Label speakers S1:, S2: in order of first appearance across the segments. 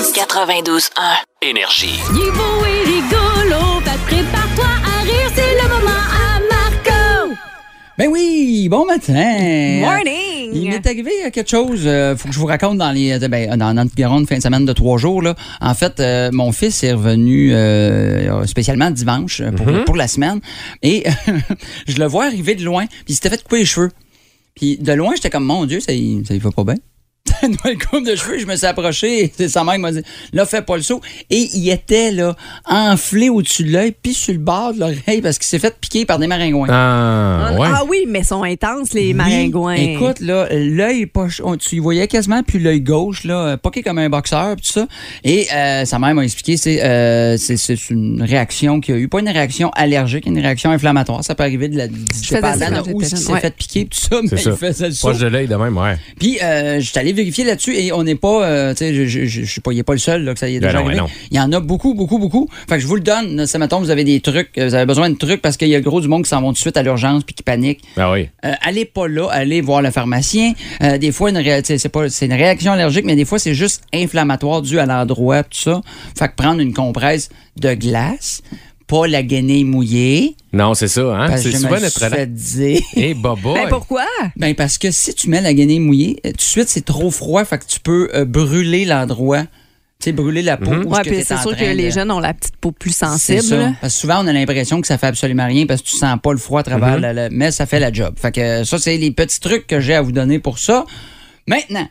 S1: 92.1 Énergie.
S2: Il est beau et rigolo, fait que prépare-toi à rire, c'est le moment à Marco!
S3: Ben oui, bon matin.
S4: Morning.
S3: Il m'est arrivé euh, quelque chose, euh, faut que je vous raconte dans les euh, ben, dans notre grande fin de semaine de trois jours. Là. En fait, euh, mon fils est revenu euh, spécialement dimanche euh, pour, pour la semaine et je le vois arriver de loin, puis il s'était fait couper les cheveux. Puis de loin, j'étais comme, mon Dieu, ça y, ça y va pas bien. Dans le coupe de cheveux, je me suis approché et c'est sa mère qui m'a dit, là, fais pas le saut. Et il était, là, enflé au-dessus de l'œil, puis sur le bord de l'oreille parce qu'il s'est fait piquer par des maringouins.
S5: Ah, ouais.
S4: Ah oui, mais sont intenses, les
S3: Oui.
S4: maringouins.
S3: Écoute, là, l'œil pas ch- on- tu y voyais quasiment, puis l'œil gauche, là, poqué comme un boxeur, puis tout ça. Et euh, sa mère m'a expliqué, c'est euh, c'est- c'est une réaction qu'il y a eu. Pas une réaction allergique, une réaction inflammatoire. Ça peut arriver de la du
S4: faisais
S3: dépendant
S4: ça quand
S3: de où
S4: j'étais
S3: ce qui
S4: jeune,
S3: s'est
S4: ouais.
S3: fait piquer, puis tout ça, mais
S5: C'est
S3: il
S5: ça.
S3: faisait le saut.
S5: Proche de l'œil de même, ouais.
S3: Puis euh, je suis allé vérifier là-dessus et on n'est pas, euh, tu sais, je- je- je je suis pas, il n'est pas le seul là, que ça y est
S5: Ben
S3: déjà
S5: non, ben
S3: arrivé.
S5: non.
S3: Il y en a beaucoup, beaucoup, beaucoup. Fait que je vous le donne. Si mettons vous avez des trucs, euh, vous avez besoin de trucs parce qu'il y a le gros du monde qui s'en vont tout de suite à l'urgence puis qui panique.
S5: Ah oui.
S3: Euh, allez pas là, allez voir le pharmacien. Euh, des fois, une réa- t'sais, c'est pas c'est une réaction allergique, mais des fois c'est juste inflammatoire dû à l'endroit tout ça. Fait que prendre une compresse de glace, pas la guenille mouillée.
S5: Non, c'est ça, hein?
S3: Parce
S5: C'est
S3: que Ben, je
S5: souvent
S3: me
S5: notre
S3: suis fait
S5: relation.
S3: dire.
S5: Eh, Bobo.
S4: Ben pourquoi?
S3: Ben parce que si tu mets la guenille mouillée, euh, tout de suite c'est trop froid, fait que tu peux euh, brûler l'endroit, tu sais brûler la peau.
S5: Mhm.
S3: ou ce
S4: Ouais,
S3: que
S4: puis
S3: t'es
S4: c'est
S3: en
S4: sûr que
S3: train
S4: les
S3: de-
S4: jeunes ont la petite peau plus
S3: C'est
S4: sensible.
S3: ça.
S4: là.
S3: Parce que souvent, on a l'impression que ça fait absolument rien parce que tu sens pas le froid à travers la- la- Mais ça fait la job. Fait que ça, c'est les petits trucs que j'ai à vous donner pour ça. Maintenant,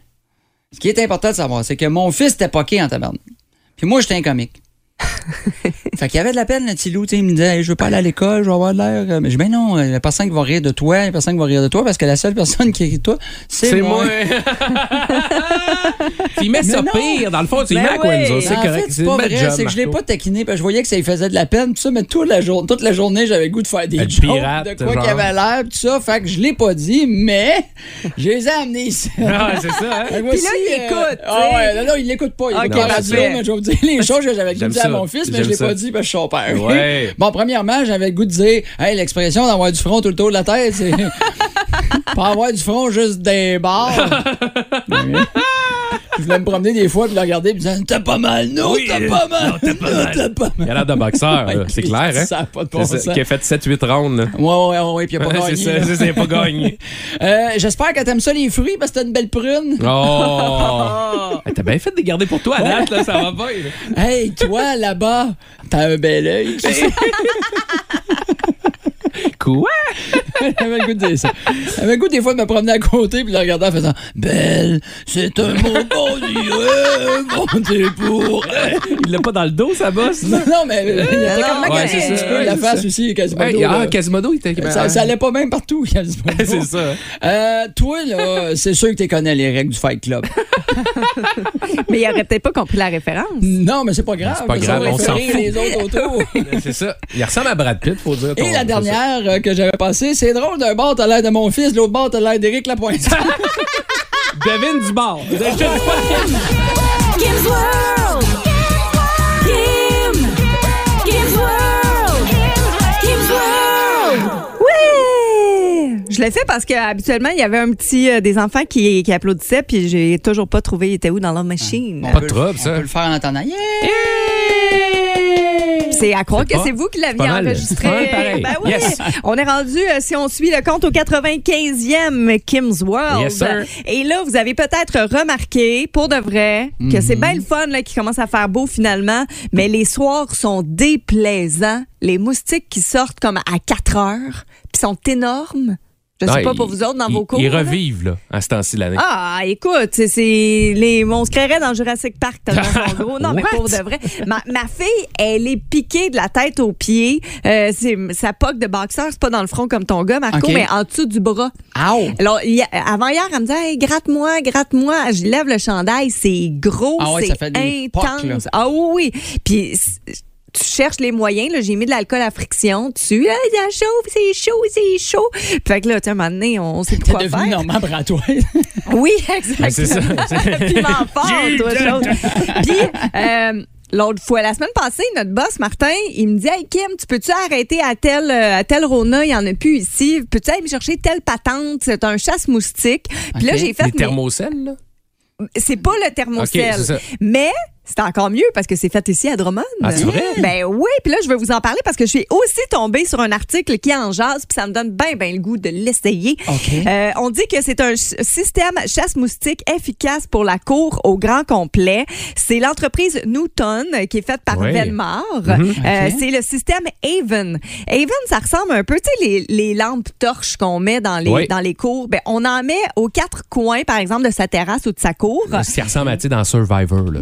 S3: ce qui est important de savoir, c'est que mon fils était poqué en tabarnak. Puis moi, j'étais un comique. fait qu'il avait de la peine, le petit loup. tu sais, Il me disait, Hey, je veux pas aller à l'école, je vais avoir de l'air. euh, Mais je dis, ben non, euh, la personne qui va rire de toi, la personne qui va rire de toi, parce que la seule personne qui rit de toi, c'est
S5: C'est
S3: moi.
S5: moi. Puis il met ça
S3: non.
S5: pire. Dans le fond, tu y
S4: Ben
S5: mets à Quenzo.
S4: oui.
S5: C'est
S3: en
S5: correct.
S3: fait, c'est pas
S5: ma
S3: vrai,
S5: job,
S3: c'est que je l'ai
S5: Marco.
S3: pas taquiné parce que je voyais que ça lui faisait de la peine, tout ça, mais toute la, jour- toute la journée, j'avais le goût de faire des
S5: Être
S3: jokes
S5: pirate,
S3: de quoi
S5: genre.
S3: qu'il avait l'air, tout ça, fait que je l'ai pas dit, mais je les ai amenés ici.
S5: Ah, c'est ça, hein?
S3: Puis
S4: là, il écoute,
S3: Ah
S4: tu sais.
S3: ouais, là, là, il l'écoute pas. Il
S4: Ok,
S3: écoute la radio,
S4: parfait.
S3: mais je vais vous dire les choses que j'avais le goût de
S5: J'aime
S3: dire à
S5: ça,
S3: mon fils, mais
S5: j'aime
S3: je l'ai
S5: ça.
S3: pas dit parce que je suis son père.
S5: Ouais.
S3: Bon, premièrement, j'avais le goût de dire, hey, l'expression d'avoir du front tout le tour de la tête, c'est pas avoir du front juste des barres. Je voulais me promener des fois puis le regarder puis dire t'as pas mal, non
S5: Oui,
S3: t'as
S5: euh,
S3: pas mal, non t'as pas
S5: Il a
S3: mal.
S5: l'air d'un boxeur, là. c'est
S3: Puis,
S5: clair, hein?
S3: ça a pas de bon
S5: C'est ça,
S3: sens.
S5: Qui a fait 7-8 rounds, là.
S3: Ouais, ouais, ouais, ouais, puis il a pas
S5: Ouais,
S3: gagné.
S5: c'est
S3: là.
S5: ça, c'est pas gagné.
S3: Euh, J'espère que t'aimes ça les fruits parce que t'as une belle prune.
S5: Oh! Eh, T'as bien fait de les garder pour toi, à date, là, ça va pas. là.
S3: Hey, toi là-bas, t'as un bel œil.
S5: Quoi?
S3: J'avais le goût de dire ça. J'avais le goût des fois de me promener à côté puis de le regarder en faisant Belle, c'est un mot bon Dieu, mon Dieu pour. elle.
S5: Il l'a pas dans le dos, sa bosse?
S3: Non, non, mais il y a quand même
S5: Euh, ouais,
S3: un
S5: c'est
S3: petit
S5: ça,
S3: peu de la
S5: c'est
S3: face
S5: ça.
S3: aussi, quasiment.
S5: Hey, ah, Quasimodo, il était...
S3: ça, ça allait pas même partout, Quasimodo.
S5: C'est ça.
S3: Euh, toi, là, c'est sûr que tu connais les règles du Fight Club.
S4: Mais il aurait peut-être pas compris la référence.
S3: Non, mais c'est pas grave.
S5: C'est pas
S3: ça
S5: grave,
S3: va
S5: on
S3: faire
S5: s'en
S3: rire les autres autour.
S5: Euh, C'est ça. Il ressemble à Brad Pitt, faut dire.
S3: Et la dernière euh, que j'avais passée, c'est drôle, d'un bord, t'as l'air de mon fils, de l'autre bord, t'as l'air d'Éric Lapointe.
S5: Devine du bord.
S2: Kim's World! Kim! Kim's World! Kim's World!
S4: Oui! Je l'ai fait parce que habituellement il y avait un petit euh, des enfants qui, qui applaudissaient, puis j'ai toujours pas trouvé il était où dans leur machine.
S5: Pas de trouble,
S3: Ah. On
S5: ça.
S3: peut le faire en attendant. Yeah!
S4: C'est à croire que
S5: C'est pas-
S4: c'est vous qui l'aviez
S5: pas mal.
S4: enregistré.
S5: C'est pas mal pareil.
S4: Ben oui.
S5: Yes.
S4: On est rendu, euh, si on suit le compte, au 95e Kim's World.
S5: Yes, sir.
S4: Et là, vous avez peut-être remarqué, pour de vrai, que
S5: Mm-hmm.
S4: c'est bien le fun là, qui commence à faire beau finalement, mais les soirs sont déplaisants. Les moustiques qui sortent comme à 4 heures, puis sont énormes. Je sais
S5: Ah,
S4: pas
S5: ils-
S4: pour vous autres dans
S5: ils-
S4: vos cours.
S5: Ils
S4: là.
S5: revivent, là, à ce temps-ci de l'année.
S4: Ah, écoute, c'est- c'est les on se créerait dans Jurassic Park tellement ils sont gros. Non, mais
S5: What?
S4: pour de vrai. Ma, ma fille, elle est piquée de la tête aux pieds. Euh, c'est sa poque de boxeur, c'est pas dans le front comme ton gars, Marco,
S3: Ok.
S4: mais en dessous du bras.
S3: Ow!
S4: Alors, il y a- avant hier, elle me disait, Hey, gratte-moi, gratte-moi. Je lève le chandail, c'est gros,
S3: Ah ouais,
S4: c'est
S3: ça fait des pocs, là.
S4: intense. Ah oui, oui. Puis c- tu cherches les moyens. là. J'ai mis de l'alcool à friction dessus. Ah, il y a chaud, c'est chaud, c'est chaud. Fait que là, tu sais, à un moment donné, on sait plus
S3: T'es
S4: quoi
S3: devenu
S4: faire.
S3: Normand Bratois.
S4: Oui, exactement.
S5: Ben, C'est ça.
S4: Piment fort, toi, chose. Puis, euh, l'autre fois, la semaine passée, notre boss, Martin, il me dit Hey, Kim, tu peux-tu arrêter à tel, euh, à tel Rona Il n'y en a plus ici. Peux-tu aller me chercher telle patente C'est un chasse-moustique. Puis là,
S3: Ok.
S4: j'ai fait
S5: Les
S4: mais
S5: thermocelles, là?
S4: C'est pas le thermocell.
S5: Ok, c'est ça.
S4: mais C'est encore mieux parce que c'est fait ici à Drummond.
S5: Ah, c'est vrai?
S4: Ben oui, puis là, je vais vous en parler parce que je suis aussi tombée sur un article qui en jase, puis ça me donne bien, bien le goût de l'essayer.
S3: OK.
S4: Euh, on dit que c'est un ch- système chasse-moustique efficace pour la cour au grand complet. C'est l'entreprise Newton euh, qui est faite par
S5: Oui.
S4: Velmar.
S5: Mhm.
S4: Euh,
S3: OK.
S4: C'est le système Haven. Haven, ça ressemble un peu, tu sais, les, les lampes torches qu'on met dans les,
S5: Oui.
S4: dans les cours. Ben, on en met aux quatre coins, par exemple, de sa terrasse ou de sa cour.
S5: Ce qui ressemble à, tu sais, dans Survivor, là.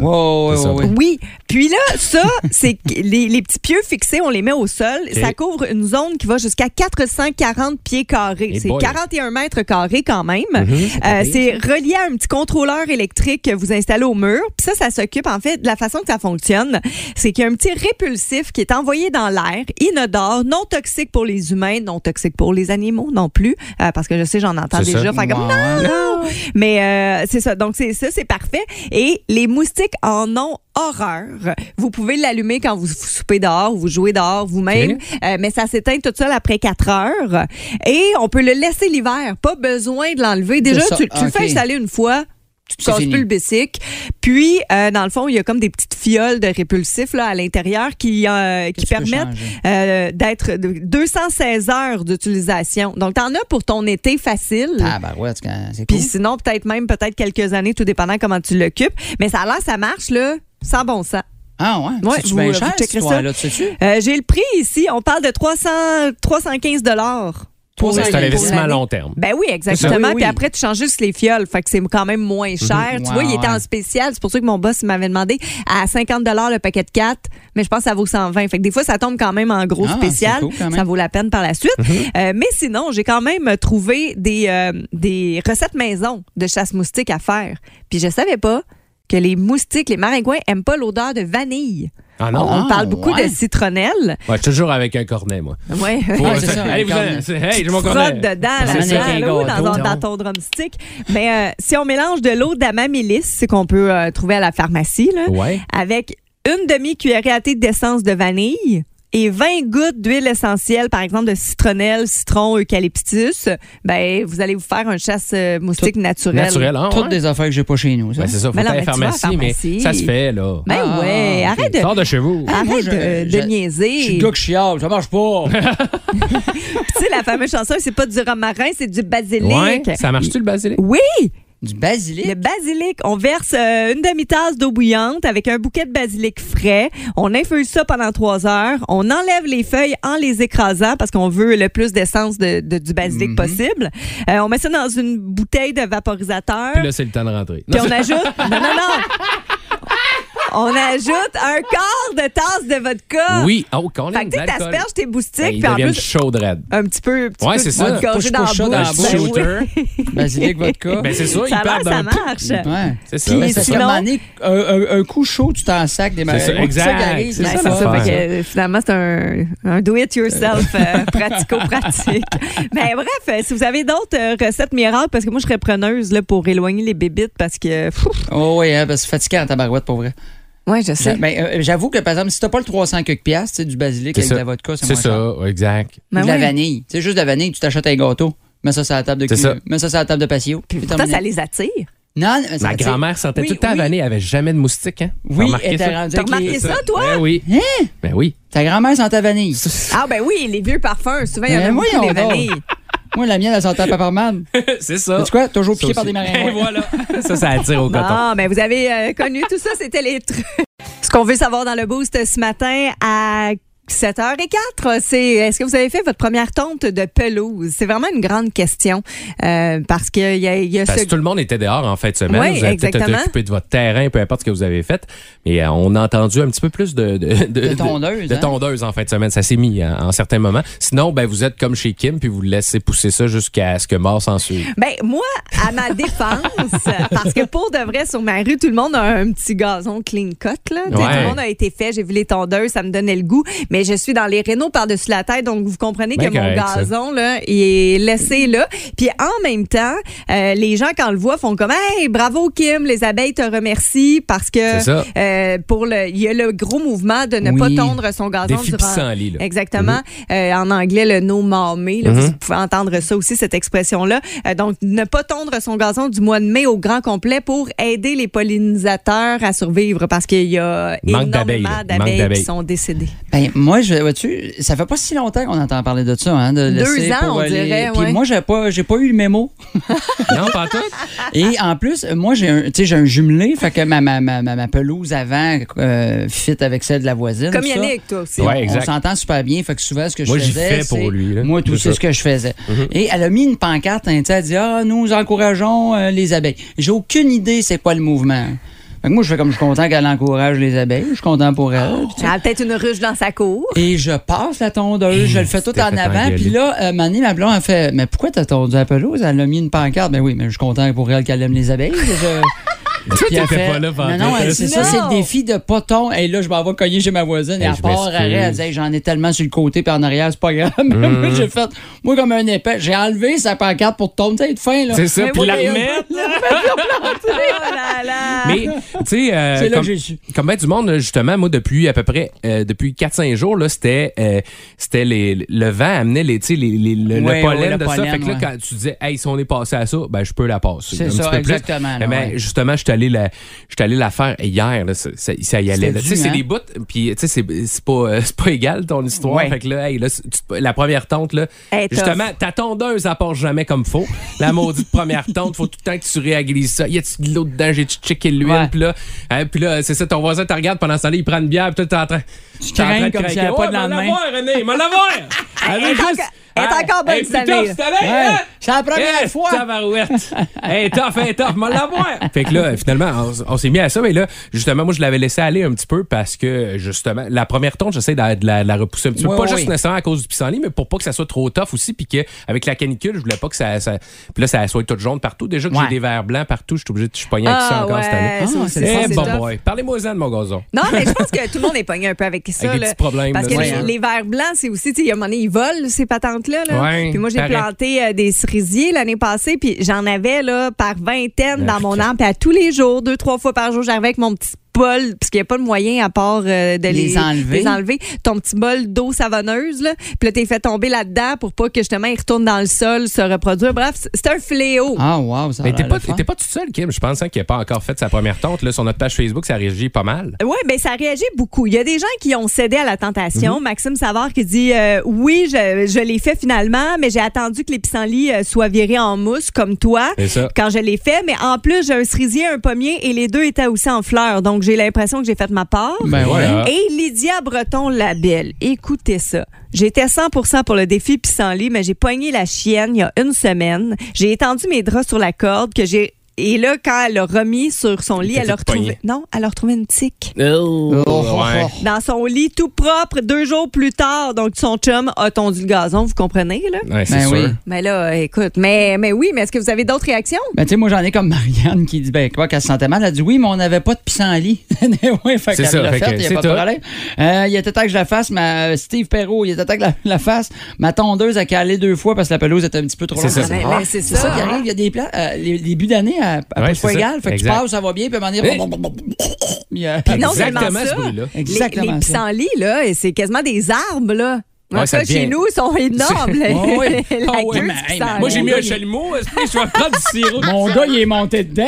S5: C'est
S3: Ouais, ouais,
S5: ça.
S3: ouais, ouais.
S4: Oui. Puis là, ça, c'est que les, les petits pieux fixés, on les met au sol. Ça couvre une zone qui va jusqu'à 440 pieds carrés.
S5: Eh
S4: c'est
S5: boy. Mm-hmm. Ah
S4: 41 mètres carrés quand même.
S5: pas
S4: Euh,
S5: pire,
S4: c'est relié à un petit contrôleur électrique que vous installez au mur. Puis ça, ça s'occupe en fait de la façon que ça fonctionne. C'est qu'il y a un petit répulsif qui est envoyé dans l'air, inodore, non toxique pour les humains, non toxique pour les animaux non plus. Euh, parce que je sais, j'en entends
S5: C'est ça.
S4: déjà. Fait comme,
S3: Ouais, ouais.
S4: non! Mais euh, c'est ça. Donc, c'est ça, c'est parfait. Et les moustiques en ont horreur. Vous pouvez l'allumer quand vous vous soupez dehors, vous jouez dehors vous-même, Euh, mais ça s'éteint tout seul après 4 heures. Et on peut le laisser l'hiver. Pas besoin de l'enlever. Déjà,
S3: ça. Ah,
S4: tu, tu le
S3: Ok.
S4: fais installer une fois. Tu te
S3: C'est
S4: casses
S3: fini.
S4: plus le bicycle. Puis, euh, dans le fond, il y a comme des petites fioles de répulsifs là, à l'intérieur qui, euh, qui
S3: tu peux
S4: permettent
S3: changer.
S4: euh, d'être de 216 heures d'utilisation. Donc, t'en as pour ton été facile.
S3: Tabarouette, c'est quand- c'est cool.
S4: Puis sinon, peut-être même, peut-être quelques années, tout dépendant comment tu l'occupes. Mais ça a l'air, ça marche, là, sans bon sens.
S3: Ah ouais,
S4: Ouais,
S3: c'est-tu
S4: vous-
S3: bien
S4: vous
S3: cher, cette
S4: checkerez ça.
S3: histoire-là, tu sais-tu?
S4: Euh, J'ai le prix ici. On parle de 300, 315 dollars.
S5: Ouais, C'est un investissement à long terme.
S4: Ben oui,
S3: C'est ça,
S4: exactement.
S3: oui,
S4: Puis
S3: oui.
S4: après, tu changes juste les fioles. Fait que c'est quand même moins cher.
S3: Mhm.
S4: Tu vois,
S3: Ouais,
S4: il était en
S3: ouais.
S4: spécial. C'est pour ça que mon boss m'avait demandé à 50 le paquet de 4. Mais je pense que ça vaut 120. Fait que des fois, ça tombe quand même en gros
S3: Ah,
S4: spécial.
S3: c'est cool, quand même. Mhm.
S4: ça vaut la peine par la suite. Euh, mais sinon, j'ai quand même trouvé des, euh, des recettes maison de chasse moustique à faire. Puis je savais pas que les moustiques, les maringouins, aiment pas l'odeur de vanille.
S5: Ah
S4: On-
S5: non?
S4: On parle beaucoup
S3: ouais.
S4: de citronnelle.
S5: Ouais, toujours avec un cornet, moi.
S4: Ouais.
S5: Pour-
S3: c'est ça,
S5: Allez,
S3: un
S5: vous
S3: cornet.
S5: allez- Hey, j'ai mon cornet.
S4: frotte dedans,
S3: Ça
S4: là,
S3: sonne avec un
S4: dedans, là, oui,
S3: gâteau,
S4: dans,
S5: non?
S4: dans ton drumstick. Mais euh, si on mélange de l'eau d'amamélis, c'est qu'on peut euh, trouver à la pharmacie, là,
S5: Ouais.
S4: avec une demi-cuillerée à thé d'essence de vanille et 20 gouttes d'huile essentielle, par exemple de citronnelle, citron, eucalyptus, ben, vous allez vous faire un chasse euh, moustique naturel.
S5: Naturel, hein?
S3: Toutes
S5: ouais.
S3: des affaires que j'ai pas chez nous, ça.
S5: Ben, c'est ça, faut
S4: Mais non,
S5: aller à
S4: mais
S5: la
S4: tu vas à la
S5: pharmacie, mais
S4: pharmacie.
S5: ça se fait, là.
S4: Ben
S3: Ah,
S4: ouais,
S3: ok.
S4: arrête de...
S5: Sors de chez vous.
S4: Arrête
S3: Ah, Moi, je-
S4: de, de
S3: je-
S4: niaiser.
S3: Je suis le gars qui chiale, ça marche pas.
S4: Tu sais, la fameuse chanson, c'est pas du romarin, c'est du basilic.
S5: Ouais. Ça marche-tu, le basilic?
S4: Oui!
S3: du basilic.
S4: Le basilic, on verse euh, une demi-tasse d'eau bouillante avec un bouquet de basilic frais. On infuse ça pendant trois heures. On enlève les feuilles en les écrasant parce qu'on veut le plus d'essence de, de- du
S5: Mhm.
S4: basilic possible. Euh, on met ça dans une bouteille de vaporisateur.
S5: Puis là, c'est le temps de rentrer.
S4: Puis on ajoute. Non, non, non! On ajoute un quart de tasse de vodka.
S5: Oui. Oh, qu'on
S4: Fait que tu sais, t'asperges tes
S5: Ben,
S4: boustiques, puis en plus,
S5: chaude raide.
S4: un petit peu, un petit
S5: Ouais,
S4: peu
S5: c'est
S4: de
S5: ça.
S4: vodka
S3: Push,
S4: dans
S3: push ça
S4: la
S3: dans la
S4: bouche.
S5: bouche.
S4: Ben oui.
S5: Shooter.
S3: Basilic, vodka.
S5: Ben, c'est ça, il
S4: Ça a l'air,
S5: parle
S4: ça
S5: d'un p-
S4: marche.
S3: Ouais.
S5: C'est ça.
S4: Puis
S3: Ben,
S5: Ouais, c'est
S3: c'est ça,
S4: sinon-
S3: un, moment donné, un- un- un coup chaud, tu t'en sacs des
S5: ça,
S3: marins.
S5: exact.
S3: qui arrive,
S5: C'est
S4: Ouais,
S3: là.
S5: ça,
S4: Ben, c'est ça.
S5: l'affaire.
S4: Fait que, euh, finalement, c'est un, un do-it-yourself euh, pratico-pratique. Mais bref, euh, si vous avez d'autres euh, recettes miracles, parce que moi, je serais preneuse là, pour éloigner les bébites parce que. pfff,
S3: Oh oui, hein, parce que c'est fatigant, ta barouette, pour vrai.
S4: ouais, je sais.
S3: Ben, euh, J'avoue que, par exemple, si t'as pas le 300 quelques piastres, tu sais, du basilic
S5: C'est
S3: avec
S5: ça.
S3: de la vodka, c'est
S5: C'est
S3: moins cher.
S5: ça, exact.
S3: Ou
S4: Ben
S3: de la
S4: oui.
S3: vanille. Tu sais, juste de la vanille, tu t'achètes un gâteau. Mets ça sur la table de
S5: C'est
S3: cul.
S5: ça.
S3: Mets ça sur la table de patio. puis
S4: Pourtant,
S3: terminé.
S4: ça les attire.
S3: Non, non, mais ça-
S5: Ma
S3: tu sais,
S5: grand-mère sentait
S3: oui,
S5: tout le temps
S3: oui.
S5: la vanille, elle avait jamais de moustique, hein? T'as
S3: Oui,
S5: remarqué
S3: elle était
S5: ça?
S3: rendue
S4: T'as
S3: avec les-
S4: remarqué ça, toi?
S5: Ben oui.
S3: Hein?
S5: Ben oui.
S3: Ta grand-mère sent ta vanille.
S4: Ah, ben oui, les vieux parfums. Souvent, il y en a
S3: Ben
S4: beaucoup,
S3: voyons
S4: les
S3: donc.
S4: vanilles.
S3: Moi, la mienne, elle sentait à paparman.
S5: C'est ça.
S3: Sais-tu quoi? Toujours piqué
S5: Ça
S3: par
S5: aussi.
S3: des marins.
S5: Et voilà. Ça, ça attire au coton.
S4: Ah, ben vous avez euh, connu tout ça, c'était les trucs. Ce qu'on veut savoir dans le boost ce matin à 7h04, c'est est-ce que vous avez fait votre première tonte de pelouse? C'est vraiment une grande question euh, parce qu'il y a, il y a
S5: Parce
S4: ce
S5: que tout le monde était dehors en fin de semaine.
S4: Oui,
S5: vous avez peut-être été
S4: exactement.
S5: occupé de votre terrain, peu importe ce que vous avez fait. Mais euh, on a entendu un petit peu plus de, de,
S3: De tondeuses,
S5: de
S3: hein?
S5: tondeuses en fin de semaine. Ça s'est mis hein, en, en certains moments. Sinon, ben, vous êtes comme chez Kim, puis vous laissez pousser ça jusqu'à ce que mort s'en suive.
S4: Ben, moi, à ma défense, parce que pour de vrai, sur ma rue, tout le monde a un petit gazon clean cut, là. Tu sais,
S5: Ouais.
S4: Tout le monde a été fait. J'ai vu les tondeuses, ça me donnait le goût. Mais mais je suis dans les rénaux par-dessus la tête, donc vous comprenez
S5: Ben
S4: que mon
S5: correct, ça.
S4: gazon, là, il est laissé là. Puis en même temps, euh, les gens, quand le voient, font comme Hey, bravo Kim, les abeilles te remercient parce
S5: C'est
S4: que
S5: ça.
S4: euh, pour le, il y a le gros mouvement de ne
S3: Oui.
S4: pas tondre son gazon
S5: Défi
S4: durant.
S5: pissenlit, là.
S4: Exactement.
S5: Mm-hmm.
S4: Euh, en anglais, le no marmé. là, Vous pouvez entendre ça aussi, cette expression-là. Euh, donc, ne pas tondre son gazon du mois de mai au grand complet pour aider les pollinisateurs à survivre parce qu'il y a
S5: Manque d'abeilles,
S4: énormément
S5: là. Manque
S4: d'abeilles
S5: d'abeilles.
S4: qui sont décédées.
S3: Ben, moi, je, vois-tu, ça fait pas si longtemps qu'on entend parler de ça, hein, de
S4: Deux
S3: laisser
S4: ans,
S3: pour
S4: on
S3: aller-
S4: dirait,
S3: Puis
S4: ouais.
S3: moi, j'ai pas, j'ai pas eu le mémo.
S5: Non, pas tout.
S3: Et en plus, moi, j'ai un, tu sais, j'ai un jumelé, fait que ma, ma, ma, ma- ma pelouse avant euh, fit avec celle de la voisine.
S4: Comme
S3: tout ça.
S4: Yannick, toi aussi.
S3: Puis
S5: Ouais,
S3: on-
S5: exact.
S3: On s'entend super bien. Fait que souvent, ce que
S5: Moi,
S3: je
S5: j'y
S3: faisais.
S5: fais pour
S3: c'est-
S5: lui, là.
S3: Moi,
S5: C'est
S3: tout, c'est
S5: ça. Mm-hmm.
S3: ce que je faisais. Et elle a mis une pancarte. Hein, tu sais, elle dit Ah, nous encourageons euh, les abeilles. J'ai aucune idée c'est quoi le mouvement. Fait que moi, je fais comme je suis content qu'elle encourage les abeilles. Je suis content pour elle.
S5: Ah,
S3: Puis tu sais,
S4: Elle a peut-être une ruche dans sa cour.
S3: et je passe la tondeuse, je le fais tout
S5: t'es
S3: en
S5: fait
S3: avant.
S5: engueuler.
S3: Puis là, euh, Mané, ma blonde, a fait Mais pourquoi t'as tondu la pelouse Elle a mis une pancarte. Ben oui, mais je suis content pour elle qu'elle aime les abeilles. Je... Puis
S5: t'étais
S3: elle fait,
S5: pas là pendant
S3: Non, non, elle, c'est ça,
S4: Non.
S3: c'est le défi de pas ton. Et là, je m'en vais cogner chez ma voisine. Et
S5: Hey,
S3: à
S5: je
S3: part, arrêt, elle
S5: m'excuse. Hmm.
S3: disait J'en ai tellement sur le côté puis en arrière, c'est pas grave. Mais moi, j'ai fait Moi, comme un épais, j'ai enlevé sa pancarte pour te tomber de fin. là.
S5: C'est ça,
S3: Mais
S5: puis
S3: oui,
S5: la
S3: mais-
S5: remettre.
S4: Oh là là.
S5: Mais, tu sais, euh,
S3: C'est là
S5: comme,
S3: que j'ai su.
S5: comme ben du monde, là, justement, moi, depuis à peu près, euh, depuis 4-5 jours, là, c'était, euh, c'était les, le vent amenait les, tu sais, les, les- le, le
S3: Ouais,
S5: pollen
S3: ouais, le
S5: de
S3: pollen,
S5: ça. Fait que là,
S3: ouais.
S5: quand tu disais, hey, si on est passé à ça, ben, je peux la passer.
S3: C'est
S5: Un
S3: ça,
S5: petit peu plus.
S3: exactement, là,
S5: Mais
S3: ouais.
S5: justement, je suis allé la, je suis allé la faire hier, là, ça, ça- ça y allait.
S3: C'était
S5: là. Tu sais,
S3: dû,
S5: c'est
S3: hein?
S5: des bouts, puis, tu sais, c'est, c'est pas, euh, c'est pas égal ton histoire.
S3: Ouais.
S5: Fait que là, hey, là, c'est- tu- la première tente, là,
S4: Hey, tough.
S5: justement, ta tondeuse, elle part jamais comme faut. La maudite première tente, faut tout le temps que tu réagrises ça. Y a-tu de l'eau dedans? J'ai-tu checké l'huile?
S3: Ouais.
S5: Puis là, hein, puis là c'est ça, ton voisin te regarde pendant ce temps-là, il prend une bière, puis toi, t'es en train. Tu
S3: craignes comme s'il y avait pas de lendemain.
S5: René, il m'a l'avoir! Elle
S4: elle est
S5: juste- hein?
S4: encore- elle est encore bonne
S5: hey,
S4: cette
S5: putain,
S4: année,
S5: cette année,
S3: Ouais,
S5: hein?
S3: c'est la première
S5: Eh,
S3: fois.
S5: Tabarouette. hey, tough, hey, tough, m'a l'avoir. Fait que là, finalement, on, s- on s'est mis à ça. Mais là, justement, moi, je l'avais laissé aller un petit peu parce que, justement, la première tonte, j'essaie de, la- de la, de la repousser un petit peu.
S3: Ouais,
S5: pas
S3: ouais,
S5: juste
S3: ouais.
S5: nécessairement à cause du pissenlit, mais pour pas que ça soit trop tough aussi. Puis que, avec la canicule, je voulais pas que ça. ça- puis là, ça soit toute jaune partout. Déjà que
S3: Ouais.
S5: j'ai des verres blancs partout, je suis obligé de. Je suis pogné avec ça
S4: Ah
S5: encore cette année.
S4: ouais, ça
S3: Ah,
S4: aussi,
S3: c'est
S5: Eh,
S3: le fun,
S4: ça, c'est
S5: bon
S4: tough.
S5: boy. Parlez-moi-en de mon gazon.
S4: Non, mais je pense que tout le monde est pogné un peu avec ça.
S5: Avec des
S4: là.
S5: petits problèmes,
S4: Parce
S5: là, hein.
S4: que
S5: c'est
S4: les,
S5: sûr.
S4: les verres blancs, c'est aussi, tu sais, il y a un moment donné, ils volent ces patentes-là. Là.
S5: Ouais,
S4: puis moi, j'ai
S5: paraît.
S4: planté euh, des cerisiers l'année passée, puis j'en avais là, par vingtaine dans mon arbre. Puis à tous les jours, deux, trois fois par jour, j'arrivais avec mon petit bol, parce qu'il n'y a pas de moyen à part euh, de
S3: Les
S4: les,
S3: enlever.
S4: les ton petit bol d'eau savonneuse, là. puis là, t'es fait tomber là-dedans pour pas que justement ils retournent dans le sol, se reproduire. Bref, c'est- c'est un fléau.
S3: Ah, wow, ça a
S5: Mais t'es
S3: l'air
S5: pas,
S3: le fun.
S5: t'es pas toute seule, Kim. Je pense hein, qu'il n'a pas encore fait sa première tonte. Là, sur notre page Facebook, ça réagit pas mal.
S4: Oui, ben ça réagit beaucoup. Il y a des gens qui ont cédé à la tentation.
S5: Mhm.
S4: Maxime Savard qui dit euh, Oui, je, je l'ai fait finalement, mais j'ai attendu que les pissenlits euh, soient virés en mousse, comme toi,
S5: C'est ça.
S4: quand je l'ai fait. Mais en plus, j'ai un cerisier, un pommier, et les deux étaient aussi en fleurs. Donc, j'ai l'impression que j'ai fait ma part.
S3: Ben ouais.
S5: Voilà.
S4: Et Lydia Breton Labelle, écoutez ça. J'étais 100% pour le défi pissenlit, mais j'ai pogné la chienne il y a une semaine. J'ai étendu mes draps sur la corde que j'ai et là quand elle l'a remis sur son lit,
S5: T'as
S4: elle a
S5: fait pogner.
S4: retrouvé non, elle a retrouvé une tique
S3: Oh, oh, oh.
S5: Ouais.
S4: dans son lit tout propre deux jours plus tard. Donc son chum a tondu le gazon, vous comprenez là
S5: Ouais, c'est
S3: Ben
S5: sûr.
S3: oui.
S4: Mais là, écoute, mais mais oui, mais est-ce que vous avez d'autres réactions
S3: Ben, tu sais, moi, j'en ai comme Marianne qui dit, ben, quoi, qu'elle se sentait mal. Elle dit, oui, mais on n'avait pas de pissenlit. ouais, fait
S5: C'est
S3: qu'elle
S5: ça,
S3: l'a
S5: fait que
S3: fait, il n'y
S5: c'est
S3: a pas
S5: tout.
S3: de problème. Euh, il était temps que je la fasse, ma Steve Perrault, il était temps que la, la fasse. Ma tondeuse a calé deux fois parce que la pelouse était un petit peu trop
S5: C'est
S3: longue.
S5: ça.
S4: Ben, ben, c'est
S3: C'est ça qui arrive. Il y a des plans, euh, les débuts d'année à, à
S5: Ouais,
S3: pas
S5: c'est
S3: pas
S5: ça.
S3: égal. Fait que
S5: Exact.
S3: tu passes, ça va bien, puis à un moment donné,
S5: Eh.
S3: il y a-
S4: non
S5: Exactement
S4: seulement ça,
S5: ce bruit-là.
S4: les,
S3: Exactement.
S4: les
S3: ça.
S4: pissenlits, là, et c'est quasiment des arbres, là. Moi,
S5: Ouais, ça
S4: ça, chez
S5: devient-
S4: nous, ils sont énormes.
S3: C'est- Ouais, ouais.
S4: La
S5: Ah ouais, mais-
S4: queue du
S3: hey, mais-
S4: pissenlit.
S5: Moi, j'ai mis un
S3: gars,
S5: chalumeau. est-ce que Je vais prendre du sirop.
S3: Mon gars, il est monté dedans.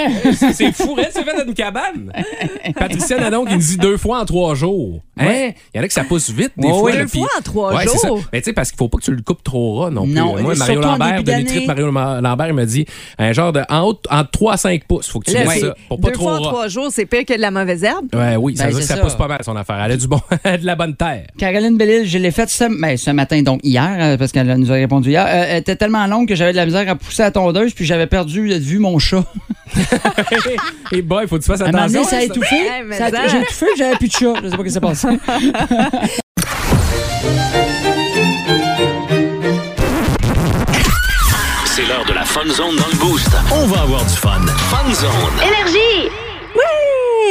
S5: C'est fou, hein, c'est fait dans une cabane. Patricia Nanon qui nous dit deux fois en trois jours. Hein?
S3: Ouais.
S5: Il y en a que ça pousse vite des
S3: Ouais,
S5: fois.
S3: ouais.
S5: là,
S4: Deux
S5: puis-
S4: fois en trois
S5: Ouais, c'est ça.
S4: jours?
S5: Mais tu sais, parce qu'il faut pas que tu le coupes trop ras non plus.
S3: Non,
S5: Moi,
S3: et
S5: Mario
S3: surtout en
S5: Lambert,
S3: début
S5: de l'étripe
S3: d'année.
S5: Mario Ma- Lambert, il me dit un genre de en haut, entre 3 à 5 pouces. faut que tu
S4: Là,
S5: laisses
S4: c'est-
S5: ça pour pas
S4: deux
S5: trop
S4: fois en
S5: ras.
S4: trois jours, c'est pire que de la mauvaise herbe.
S5: Ouais, oui, ça
S3: Ben,
S5: veut dire que
S3: c'est
S5: ça,
S3: ça.
S5: pousse pas mal son affaire. Elle a du bon, de la bonne terre.
S3: Caroline Bellil, je l'ai faite ce, ben, ce matin, donc hier, euh, parce qu'elle nous a répondu hier. Euh, elle était tellement longue que j'avais de la misère à pousser la tondeuse, puis j'avais perdu de vue mon chat.
S5: Et boy, faut que tu fasses
S3: À un moment
S5: attention. hein,
S3: donné, ça a étouffé.
S4: Hey, mais
S3: Ça a-
S4: ça-
S3: J'ai étouffé, j'avais plus de chat. Je sais pas ce qui s'est passé.
S1: C'est l'heure de la Fun Zone dans le Boost. On va avoir du fun. Fun Zone.
S4: Hey,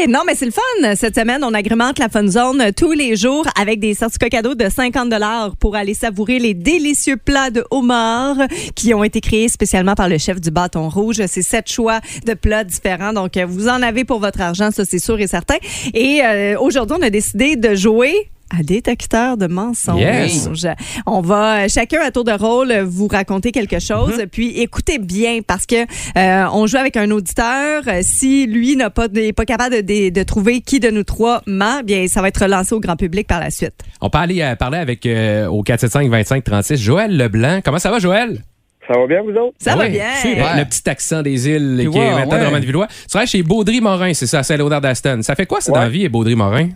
S4: Non, mais c'est le fun. Cette semaine, on agrémente la Fun Zone tous les jours avec des certificats cadeaux de 50 pour aller savourer les délicieux plats de homard qui ont été créés spécialement par le chef du bâton rouge. C'est sept choix de plats différents. Donc, euh, vous en avez pour votre argent, ça, c'est sûr et certain. Et euh, aujourd'hui, on a décidé de jouer à détecteur de mensonges.
S5: Yes.
S4: On va euh, chacun à tour de rôle euh, vous raconter quelque chose,
S5: Mm-hmm.
S4: puis écoutez bien parce que euh, on joue avec un auditeur. Euh, Si lui n'a pas n'est pas capable de, de- de trouver qui de nous trois ment, bien ça va être relancé au grand public par la suite.
S5: On peut aller euh, parler avec euh, au 475-2536. Joël Leblanc. Comment ça va, Joël?
S6: Ça va bien, vous autres?
S4: Ça
S5: Ah
S4: va
S5: oui,
S4: bien.
S3: super. Ouais.
S5: Le petit accent des îles
S3: Tu
S5: qui
S3: vois,
S5: est maintenant
S3: ouais.
S5: de Romanville-Villois. Tu travailles chez Baudry-Morin, c'est ça, à Saint-Léonard-d'Aston. Ça fait quoi, ça, dans
S6: Ouais.
S5: la vie, Baudry-Morin?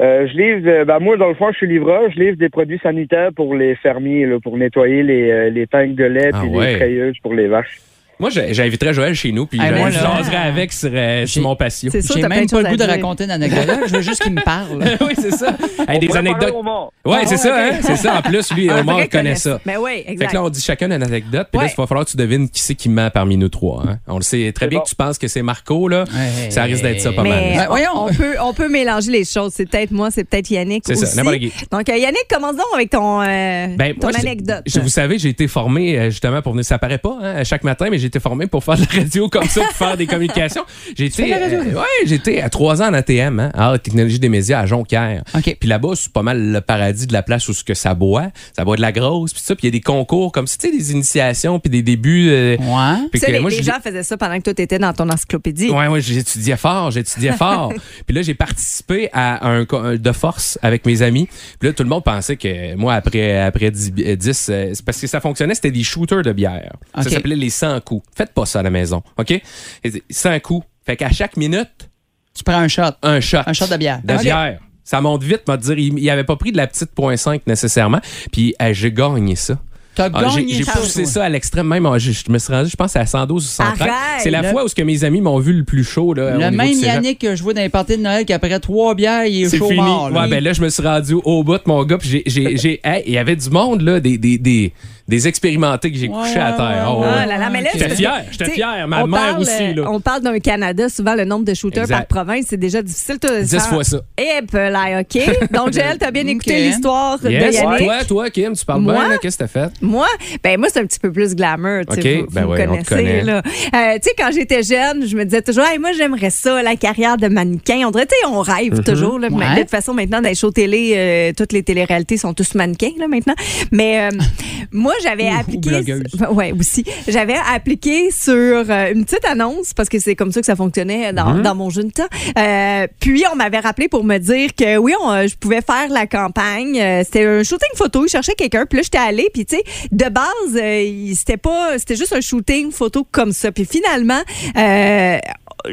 S6: Euh, je livre, euh, ben moi, dans le fond, je suis livreur. Je livre des produits sanitaires pour les fermiers, là, pour nettoyer les, euh, les tanks de lait
S5: Ah
S6: puis
S5: ouais.
S6: les crayeuses pour les vaches.
S5: Moi, j'ai- j'inviterais Joël chez nous, puis euh,
S3: Ah,
S5: je
S3: moi, là.
S5: jaserais avec sur, euh, sur
S3: J'ai-
S5: mon patio.
S4: C'est sûr,
S3: J'ai
S4: t'as plein
S3: même
S4: de
S3: pas
S4: choses
S3: le
S4: à
S3: goût de
S4: dire.
S3: raconter une anecdote. là. Je veux juste qu'il me parle.
S5: oui, c'est ça. Hey, des
S6: On pourrait parler
S5: anecdotes.
S6: au mort.
S5: Ouais, c'est
S4: Ah,
S5: ça,
S4: ouais,
S5: hein? C'est ça. En plus, lui,
S4: Un
S5: Omar
S4: vrai
S5: il connaît ça.
S4: Mais Ben oui,
S5: Fait
S4: exact.
S5: que là, on dit chacun une anecdote, puis là,
S4: Ouais.
S5: il va falloir que tu devines qui c'est qui ment parmi nous trois. hein. On le sait très bien
S6: bon.
S5: que tu penses que c'est Marco, là.
S3: Ouais.
S5: Ça risque d'être ça pas
S4: mais
S5: mal.
S3: Ben, voyons.
S4: on, peut, on peut mélanger les choses. C'est peut-être moi, c'est peut-être Yannick
S5: C'est ça,
S4: aussi.
S5: n'importe qui.
S4: Donc, euh, Yannick, commence donc avec ton, euh,
S5: Ben,
S4: ton
S5: moi, je-
S4: anecdote.
S5: Je, vous savez, j'ai été formé euh, justement pour venir. Ça paraît pas hein, à chaque matin, mais j'ai été formé pour faire de la radio comme ça, pour faire des communications. J'ai été, euh, ouais, j'étais à trois ans en ATM, hein, à technologie des médias à Jonquière.
S3: OK.
S5: Puis là-bas, c'est pas mal le paradis de la place où ce que ça boit, ça boit de la grosse, puis ça, puis il y a des concours comme ça, tu sais, des initiations, puis des débuts. euh,
S3: Ouais.
S5: puis
S4: Ça,
S5: que
S4: les,
S5: moi,
S4: les
S5: je-
S4: gens faisaient ça pendant que toi, t'étais dans ton encyclopédie.
S5: Ouais, ouais, j'étudiais fort, j'étudiais fort. Puis là, j'ai participé à un co- un de force avec mes amis. Puis là, tout le monde pensait que moi, après, après 10, euh, 10, euh, c'est parce que ça fonctionnait, c'était des shooters de bière.
S3: Ok.
S5: Ça s'appelait les 100 coups. Faites pas ça à la maison, OK? Et 100 coups. Fait qu'à chaque minute,
S3: Tu prends un shot.
S5: un shot.
S3: Un shot de bière. Ah,
S5: De
S3: Ok.
S5: bière. Ça monte vite, m'a dire, il, il avait pas pris de la petite point .5 nécessairement. Puis euh, j'ai gagné ça.
S3: T'as
S5: Ah, j'ai-
S3: gagné
S5: J'ai
S3: ça,
S5: poussé
S3: toi.
S5: ça à l'extrême. Même, ah, je, je me suis rendu, je pense, à 112 ou 113.
S4: Arrête,
S5: C'est la
S4: là.
S5: fois où ce que mes amis m'ont vu le plus chaud. Là, au
S3: Le
S5: niveau
S3: même
S5: du cégep.
S3: Yannick que je vois dans les parties de Noël qui après trois bières, il est,
S5: C'est
S3: chaud
S5: fini.
S3: mort. là.
S5: ouais, ben là, je me suis rendu au bout, mon gars. Puis j'ai- j'ai. j'ai- hey, Il y avait du monde, là, des, des, des, des expérimentés que j'ai
S3: Ouais,
S5: couché à
S3: ouais,
S5: terre.
S3: ouais,
S5: Oh,
S3: ouais.
S5: ouais.
S4: Ah là là, mais là,
S3: J'étais
S4: c'est parce
S5: fier,
S4: que,
S5: j'étais
S4: tu sais,
S5: fier, ma
S4: on
S5: mère
S4: parle,
S5: aussi,
S4: euh,
S5: là.
S4: On parle d'un Canada, souvent le nombre de shooters
S5: Exact.
S4: par province, c'est déjà difficile. toi, de
S5: Dix
S4: faire-
S5: fois ça.
S4: Eh, peu là, OK. Donc, Joël, t'as bien écouté
S3: Ok.
S4: l'histoire de
S5: Yes.
S4: Yannick.
S5: Toi, toi, Kim, tu parles
S4: Moi?
S5: bien, là, qu'est-ce que t'as fait?
S4: Moi, ben moi c'est un petit peu plus glamour, tu sais,
S5: OK,
S4: vous,
S5: ben
S4: vous
S5: ouais, on
S4: connaissez
S5: te connaît.
S4: là. Euh, tu sais quand j'étais jeune, je me disais toujours Hey, moi j'aimerais ça la carrière de mannequin. On dirait tu sais on rêve
S5: Mm-hmm.
S4: toujours là, mais
S3: Ouais.
S4: de toute façon maintenant dans les shows télé euh, toutes les téléréalités sont tous mannequins là maintenant. Mais euh, moi j'avais
S5: Ou- ou
S4: appliqué
S5: blogueuse.
S4: ben, ouais aussi. J'avais appliqué sur euh, une petite annonce parce que c'est comme ça que ça fonctionnait dans, dans mon jeune temps. Euh, puis on m'avait rappelé pour me dire que oui, on, euh, je pouvais faire la campagne. Euh, c'était un shooting photo. Ils cherchaient quelqu'un. Puis là, j'étais allée. Puis tu sais, de base, euh, il- c'était pas, c'était juste un shooting photo comme ça. Puis finalement. euh,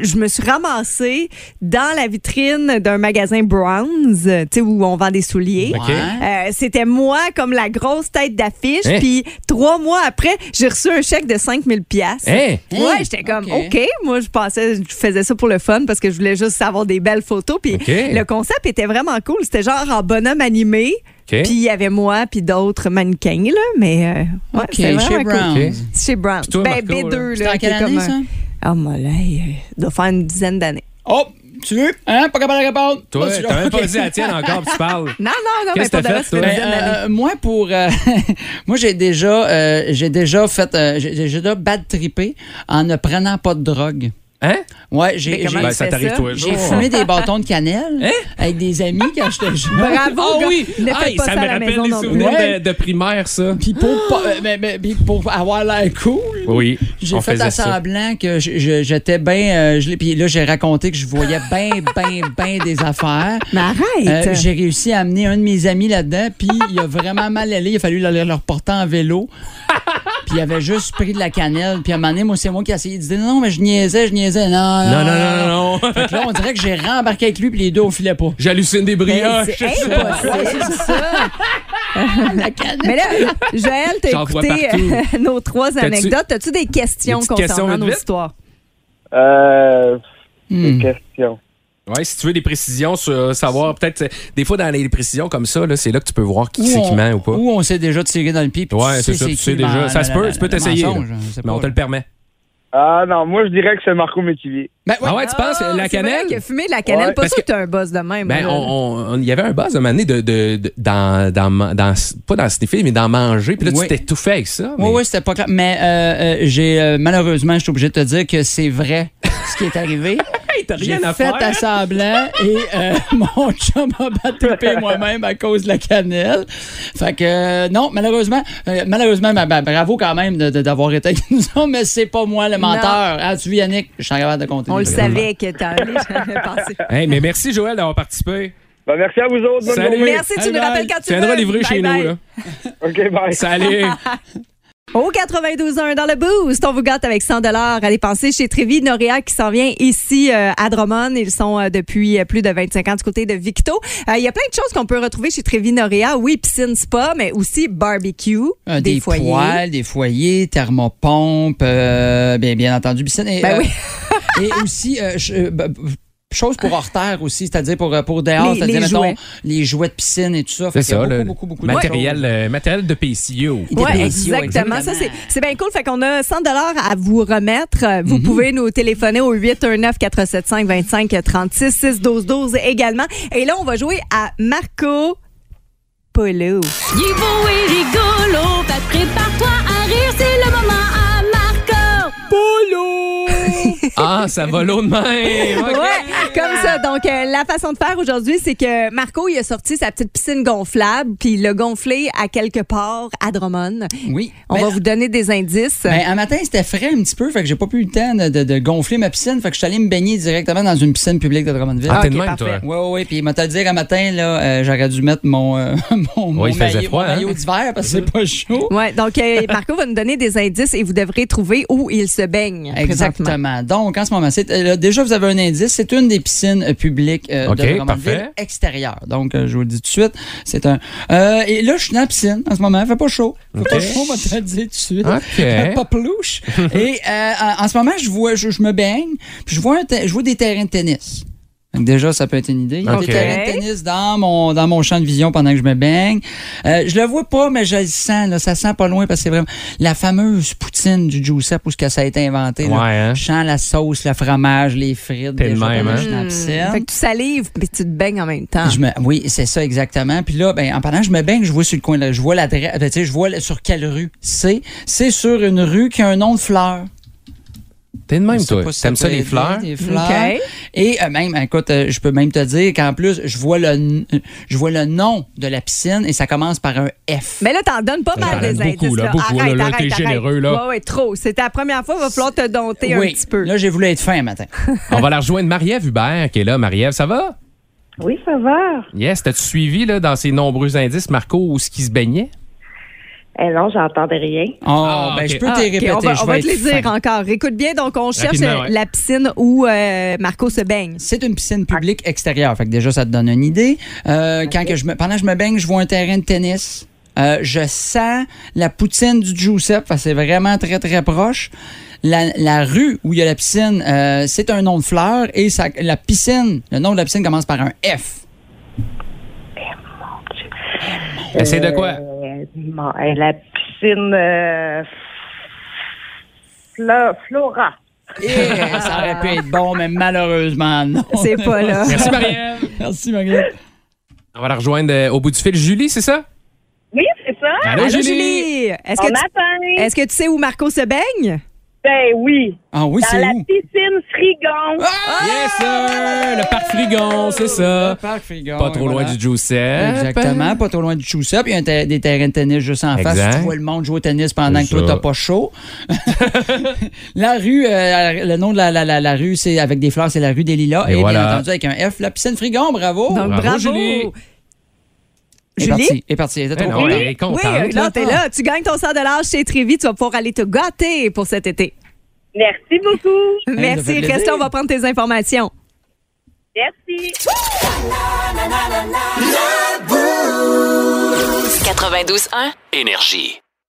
S4: je me suis ramassée dans la vitrine d'un magasin Browns, euh, tu sais, où on vend des souliers.
S5: OK.
S3: Ouais.
S4: Euh, c'était moi comme la grosse tête d'affiche.
S5: Hein?
S4: Puis trois mois après, j'ai reçu un chèque de 5000 pièces.
S5: Hein?
S4: Ouais, j'étais comme
S3: OK.
S4: OK. Moi, je pensais, je faisais ça pour le fun parce que je voulais juste avoir des belles photos. Puis
S5: OK.
S4: le concept était vraiment cool. C'était genre en bonhomme animé.
S5: OK.
S4: Puis il y avait moi, puis d'autres mannequins, là. Mais euh, ouais,
S3: OK,
S4: c'était vraiment
S3: chez
S4: cool.
S3: Brown.
S5: OK.
S4: Chez Brown.
S5: toi,
S4: ben,
S5: Marco, là?
S4: B2,
S3: C'était en
S4: là. qui est
S3: quelle année,
S4: comme
S3: ça?
S4: un- Ah, mon là, il doit faire une dizaine d'années.
S3: Oh, tu veux? Hein? Pas capable de répondre.
S5: Toi,
S3: Pas sûr.
S5: t'as même
S3: OK.
S5: pas dit la tienne encore, puis tu parles.
S4: Non, non, non, mais
S5: Qu'est-ce
S4: pour
S5: que
S4: de
S5: t'as
S4: vrai,
S5: fait,
S4: c'est une
S5: toi?
S4: dizaine d'années.
S3: Euh, moi pour euh, moi j'ai déjà euh, j'ai déjà fait euh, j'ai j'ai déjà bad trippé en ne prenant pas de drogue.
S5: Hein?
S3: Ouais,
S4: Mais
S3: j'ai
S4: comment
S3: j'ai-
S5: Ben, ça
S4: fais
S5: t'arrive
S4: ça?
S5: toi, Hein?
S3: j'ai fumé des bâtons de cannelle avec des amis quand j'étais jeune.
S4: Bravo,
S5: Ah
S4: gars.
S5: oui!
S4: Ne faites
S5: Aïe,
S4: pas ça,
S5: ça me
S4: à la
S5: rappelle
S4: maison
S5: les
S4: non plus.
S5: souvenirs
S3: Ouais.
S5: de, de primaire, ça.
S3: Puis pour, pas- euh, mais- mais- puis pour avoir l'air cool,
S5: Oui.
S3: J'ai
S5: on
S3: fait
S5: faisait
S3: un
S5: ça.
S3: semblant que je- je- j'étais bien. euh, puis là, j'ai raconté que je voyais bien, bien, bien des affaires.
S4: Mais arrête!
S3: Euh, j'ai réussi à amener un de mes amis là-dedans, puis il a vraiment mal allé. Il a fallu aller le reporter en vélo. Puis il avait juste pris de la cannelle. Puis à un moment donné, moi, c'est moi qui ai essayé de dire non, mais je niaisais, je niaisais. Non, non,
S5: Non, non, non, non, non.
S4: Ben,
S3: Fait que là, on dirait que j'ai rembarqué avec lui, puis les deux, on filait pas.
S5: J'hallucine des brioches.
S4: c'est impossible, ça. Mais là, Joël, t'as
S5: J'en vois
S4: écouté
S5: partout.
S4: euh, nos trois anecdotes. T'as-tu des questions
S5: Des petites
S4: concernant
S5: questions vite,
S4: nos
S5: vite?
S4: histoires?
S6: Euh,
S3: Hmm.
S6: question.
S5: Ouais, si tu veux des précisions sur savoir, peut-être, euh, des fois dans les précisions comme ça, là, c'est là que tu peux voir qui
S3: Ou
S5: c'est qui
S3: on-
S5: ment ou pas.
S3: Ou on s'est déjà tiré dans le pied. puis tu
S5: Ouais,
S3: sais
S5: c'est ça, tu
S3: qui
S5: sais
S3: le
S5: déjà.
S3: men-
S5: Ça se
S3: le-
S5: peut,
S3: le-
S5: tu peux
S3: le
S5: t'essayer. là.
S3: mensonge, je sais
S5: Mais on
S3: pas,
S5: te
S3: là.
S5: le permet.
S6: Ah non, moi je dirais que c'est Marco Métivier.
S3: Ben, ouais.
S5: Ah ouais, tu penses,
S4: Ah,
S5: la
S4: c'est vrai
S5: cannelle?
S4: qu'il a fumé de la cannelle.
S6: Ouais.
S4: pas
S5: Parce
S4: sûr
S5: que-
S4: que tu un boss de même.
S5: Ben,
S4: là.
S5: on- on- on- il y avait un buzz à un moment donné de, de- de- dans, dans, dans- pas dans sniffer, mais dans manger. Puis là,
S3: Oui.
S5: tu t'étouffais avec ça. mais-
S3: Oui, oui, c'était pas clair. Mais euh, euh, j'ai euh, malheureusement, je suis obligé de te dire que c'est vrai ce qui est arrivé.
S5: t'as
S3: J'ai
S5: rien à
S3: fait
S5: faire.
S3: à semblant et euh, mon chum m'a battu moi-même à cause de la cannelle. Fait que euh, non, malheureusement, euh, malheureusement, ben, ben, bravo quand même de- de- d'avoir été avec nous, autres, mais c'est pas moi le menteur. Ah, tu vis, Yannick, je suis en train de compter.
S4: On le savait que t'allais j'avais pensé.
S5: Hey, mais merci, Joël, d'avoir participé.
S6: Ben, merci à vous autres. Bonne
S5: Salut.
S6: journée.
S4: Merci, tu
S3: Bye
S4: nous
S3: bye.
S4: rappelles quand
S5: Tu
S4: tu
S5: viendras
S4: veux.
S5: livrer
S4: Bye
S5: chez
S4: bye.
S5: nous. Là.
S6: OK, bye.
S5: Salut.
S4: Au 92.1 dans le boost, on vous gâte avec 100 dollars à dépenser chez Trévi Noréa qui s'en vient ici euh, à Drummond. Ils sont euh, depuis euh, plus de 25 ans du côté de Victo. Euh, Il y a plein de choses qu'on peut retrouver chez Trévi Noréa. Oui, piscine spa, mais aussi barbecue,
S3: Euh,
S4: des,
S3: des,
S4: foyers.
S3: poêles, des foyers, thermopompes, euh, bien, bien entendu, piscine. Et,
S4: Ben
S3: euh,
S4: oui.
S3: et aussi, euh, ch- euh, ben, chose pour hors terre aussi, c'est-à-dire pour, euh, pour dehors,
S4: Les-
S3: c'est-à-dire,
S4: les
S3: mettons,
S4: jouets.
S3: les jouets de piscine et tout ça.
S5: C'est
S3: Fait qu'il y a
S5: ça, le
S3: beaucoup, beaucoup, beaucoup de
S5: matériel,
S3: choses.
S5: euh, matériel de PCU.
S3: Des
S4: Oui,
S3: pétios,
S4: exactement. Ça, c'est, c'est bien cool. Fait qu'on a 100 à vous remettre. Euh, Vous pouvez nous téléphoner au 819-475-2536, 612-12 également. Et là, on va jouer à Marco Polo.
S2: Il est beau et rigolo, fait que prépare-toi à rire, c'est le moment à Marco.
S5: Ah, ça va l'eau de même. OK.
S4: Ouais, comme ça. Donc, euh, la façon de faire aujourd'hui, c'est que Marco, il a sorti sa petite piscine gonflable, puis il l'a gonflée à quelque part à Drummond.
S3: Oui.
S4: On
S3: Ben,
S4: va vous donner des indices.
S3: ben, un matin, c'était frais un petit peu, fait que j'ai pas eu le temps de, de- de gonfler ma piscine, fait que je suis allé me baigner directement dans une piscine publique de Drummondville.
S5: Ah, t'es
S4: ok,
S5: de même, toi.
S4: parfait.
S3: Oui, oui, oui. Puis, il m'a te le dire, un matin, là, euh, j'aurais dû mettre mon, euh, mon, mon
S5: il faisait
S3: maillot,
S5: froid,
S3: mon
S5: hein?
S3: maillot d'hiver parce que c'est pas chaud.
S4: Ouais, donc euh, Marco va nous donner des indices et vous devrez trouver où il se baigne. présentement.
S3: Exactement. Donc, en ce moment, c'est, euh, là, déjà, vous avez un indice. C'est une des piscines euh, publiques euh,
S5: OK,
S3: de Drummondville
S5: parfait.
S3: extérieure. Donc, euh, je vous le dis tout de suite. C'est un. Euh, et là, je suis dans la piscine en ce moment. Fait pas chaud. Fait pas
S5: OK.
S3: chaud, on va te le dire tout de suite.
S5: OK.
S3: Fait pas plouche. et euh, en- en ce moment, je vois, je, je me baigne. Puis je vois, un te- je vois des terrains de tennis. Donc, déjà, ça peut être une idée. Il y a
S5: OK.
S3: des terrains de tennis dans mon, dans mon champ de vision pendant que je me baigne. Euh, je le vois pas, mais je le sens. Là, ça sent pas loin parce que c'est vraiment la fameuse poutine du Giuseppe où ce que ça a été inventé. là.
S5: Ouais, hein?
S3: Je sens la sauce, le fromage, les frites.
S5: T'es le
S3: déjà,
S5: même,
S3: pendant
S5: hein?
S3: que je suis dans la piscine.
S4: Hmm. Fait que tu salives puis tu te baignes en même temps.
S3: Je me- oui, c'est ça exactement. Puis là, ben, en parlant, je me baigne, je vois sur le coin, là, je vois l'adresse, ben, tu sais, je vois le- sur quelle rue c'est. C'est sur une rue qui a un nom de fleur.
S5: T'es de même,
S3: Je sais
S5: toi.
S3: pas si
S5: T'aimes
S3: peut
S5: ça, les
S3: aider,
S5: fleurs?
S3: des fleurs.
S4: OK.
S3: Et euh, même, écoute, euh, je peux même te dire qu'en plus, je vois le, n- euh, je vois le nom de la piscine et ça commence par un F.
S4: Mais là, t'en donnes pas mal
S5: donne
S4: des
S5: beaucoup,
S4: indices.
S5: là,
S4: là.
S5: beaucoup, là,
S4: arrête,
S5: là,
S4: arrête,
S5: t'es
S4: arrête.
S5: généreux, là.
S4: Ouais, ouais, trop. C'était la première fois, il va falloir te dompter un
S3: oui.
S4: petit peu.
S3: Là, j'ai voulu être fin matin.
S5: On va la rejoindre Marie-Ève Hubert qui est là. Marie-Ève, ça va?
S7: Oui, ça va.
S5: Yes, t'as-tu suivi là, dans ces nombreux indices, Marco, où ce qui se baignait?
S7: Eh non, j'entendais rien.
S3: Oh,
S5: Ah,
S3: ben,
S5: ok.
S3: je peux
S4: Ah,
S3: te
S4: ok,
S3: répéter.
S4: on va,
S3: je
S4: on
S3: vais
S4: va te
S3: être
S4: les dire
S3: fin.
S4: encore. Écoute bien, donc on cherche
S5: Rapidement,
S4: euh,
S5: ouais.
S4: la piscine où euh, Marco se baigne.
S3: C'est une piscine publique extérieure. Fait que déjà, ça te donne une idée. Euh, quand que je me, pendant que je me baigne, je vois un terrain de tennis. Euh, je sens la poutine du Giuseppe. Fait que C'est vraiment très, très proche. La, la rue où il y a la piscine, euh, c'est un nom de fleur. Et ça, la piscine, le nom de la piscine commence par un F.
S5: Essaye de quoi?
S7: Euh, bon, eh, la piscine euh, Fla- Flora.
S3: Et ça aurait pu être bon, mais malheureusement, non.
S4: C'est pas là.
S5: Merci, Marie-Ève.
S3: Merci, Marie.
S5: On va la rejoindre euh, au bout du fil. Julie, c'est ça?
S7: Oui, c'est ça.
S5: Allô,
S4: Allô,
S5: Julie?
S4: Julie! Est-ce
S7: Bon
S4: que, tu, Eh.
S7: matin.
S4: est-ce que tu sais où Marco se baigne?
S7: Ben oui,
S3: Ah oui,
S7: dans
S3: c'est
S7: la
S3: où?
S7: piscine Frigon.
S5: Yes, sir! Le parc Frigon, c'est ça.
S3: Parc Frigo,
S5: Pas trop
S3: Ah, voilà.
S5: loin du Giuseppe.
S3: Exactement, pas trop loin du Choussop. Il y a un ter- des terrains de tennis juste en
S5: ben- Exact.
S3: face. Tu vois le monde jouer au tennis pendant
S5: C'est
S3: que toi,
S5: ça.
S3: t'as pas chaud. la rue, euh, le nom de la, la- la- la rue, c'est avec des fleurs, c'est la rue des Lilas.
S5: Et
S3: Et,
S5: voilà.
S3: bien entendu, avec un F, la piscine Frigon, bravo.
S4: Donc,
S5: bravo,
S4: bravo!
S5: Julie.
S3: est
S4: Julie?
S3: parti, est parti. Elle
S5: Eh
S3: était trop
S5: non,
S3: contente.
S5: elle est
S4: Oui,
S5: contente.
S4: euh,
S5: là.
S4: là, t'es là. Tu gagnes ton 100 chez Trévi. Tu vas pouvoir aller te gâter pour cet été.
S7: Merci beaucoup.
S3: ça fait
S4: Merci. Reste
S3: plaisir.
S4: là, on va prendre tes informations.
S7: Merci.
S1: 92.1 Énergie.